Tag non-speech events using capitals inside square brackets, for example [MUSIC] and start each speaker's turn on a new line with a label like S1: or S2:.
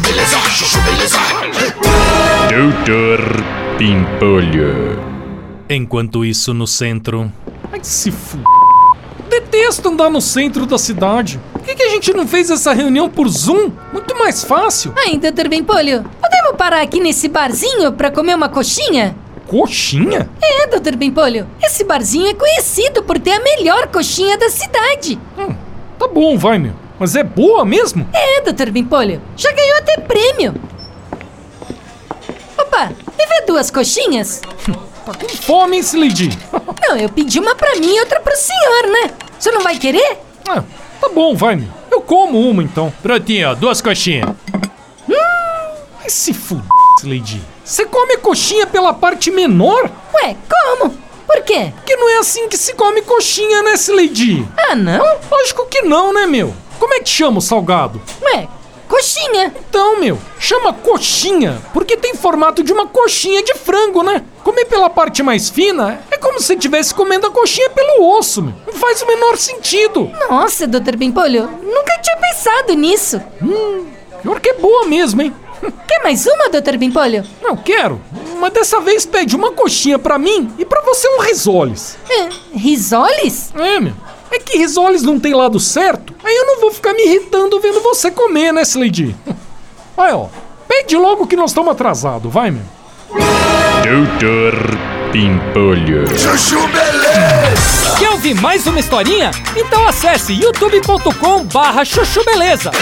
S1: Beleza, chuchu, beleza.
S2: Doutor Pimpolho.
S3: Enquanto isso, no centro. Ai, se f. Detesto andar no centro da cidade. Por que, que a gente não fez essa reunião por Zoom? Muito mais fácil.
S4: Ai, doutor Bempolho, podemos parar aqui nesse barzinho pra comer uma coxinha?
S3: Coxinha?
S4: É, doutor Bempolho, esse barzinho é conhecido por ter a melhor coxinha da cidade.
S3: Hum, tá bom, vai, meu. Mas é boa mesmo?
S4: É, doutor Bimpolho, já ganhou até prêmio. Opa, me vê duas coxinhas?
S3: Tá com fome, hein, Slidy?
S4: Não, eu pedi uma pra mim e outra pro senhor, né? O senhor não vai querer?
S3: Ah, tá bom, vai, meu. Eu como uma, então. Prontinho, ó, duas coxinhas. Ai, se f... Lady. Você come coxinha pela parte menor?
S4: Ué, como? Por quê?
S3: Que não é assim que se come coxinha, né, Lady?
S4: Ah, não?
S3: Lógico que não, né, meu? Como é que chama o salgado?
S4: Ué, coxinha.
S3: Então, meu, chama coxinha, porque tem formato de uma coxinha de frango, né? Comer pela parte mais fina é como se estivesse comendo a coxinha pelo osso, meu. Não faz o menor sentido.
S4: Nossa, doutor Bimpolho, nunca tinha pensado nisso.
S3: Hum, pior que é boa mesmo, hein? [LAUGHS]
S4: Quer mais uma, doutor Bimpolho?
S3: Não quero, mas dessa vez pede uma coxinha pra mim e pra você um risoles.
S4: É, risoles?
S3: É, meu. É que risoles não tem lado certo, aí eu não vou ficar me irritando vendo você comer, né, [LAUGHS] Slady? Aí, ó. Pede logo que nós estamos atrasados, vai, meu.
S2: Doutor Pimpolho.
S1: Chuchu, beleza.
S5: Quer ouvir mais uma historinha? Então acesse youtube.com barra chuchu beleza.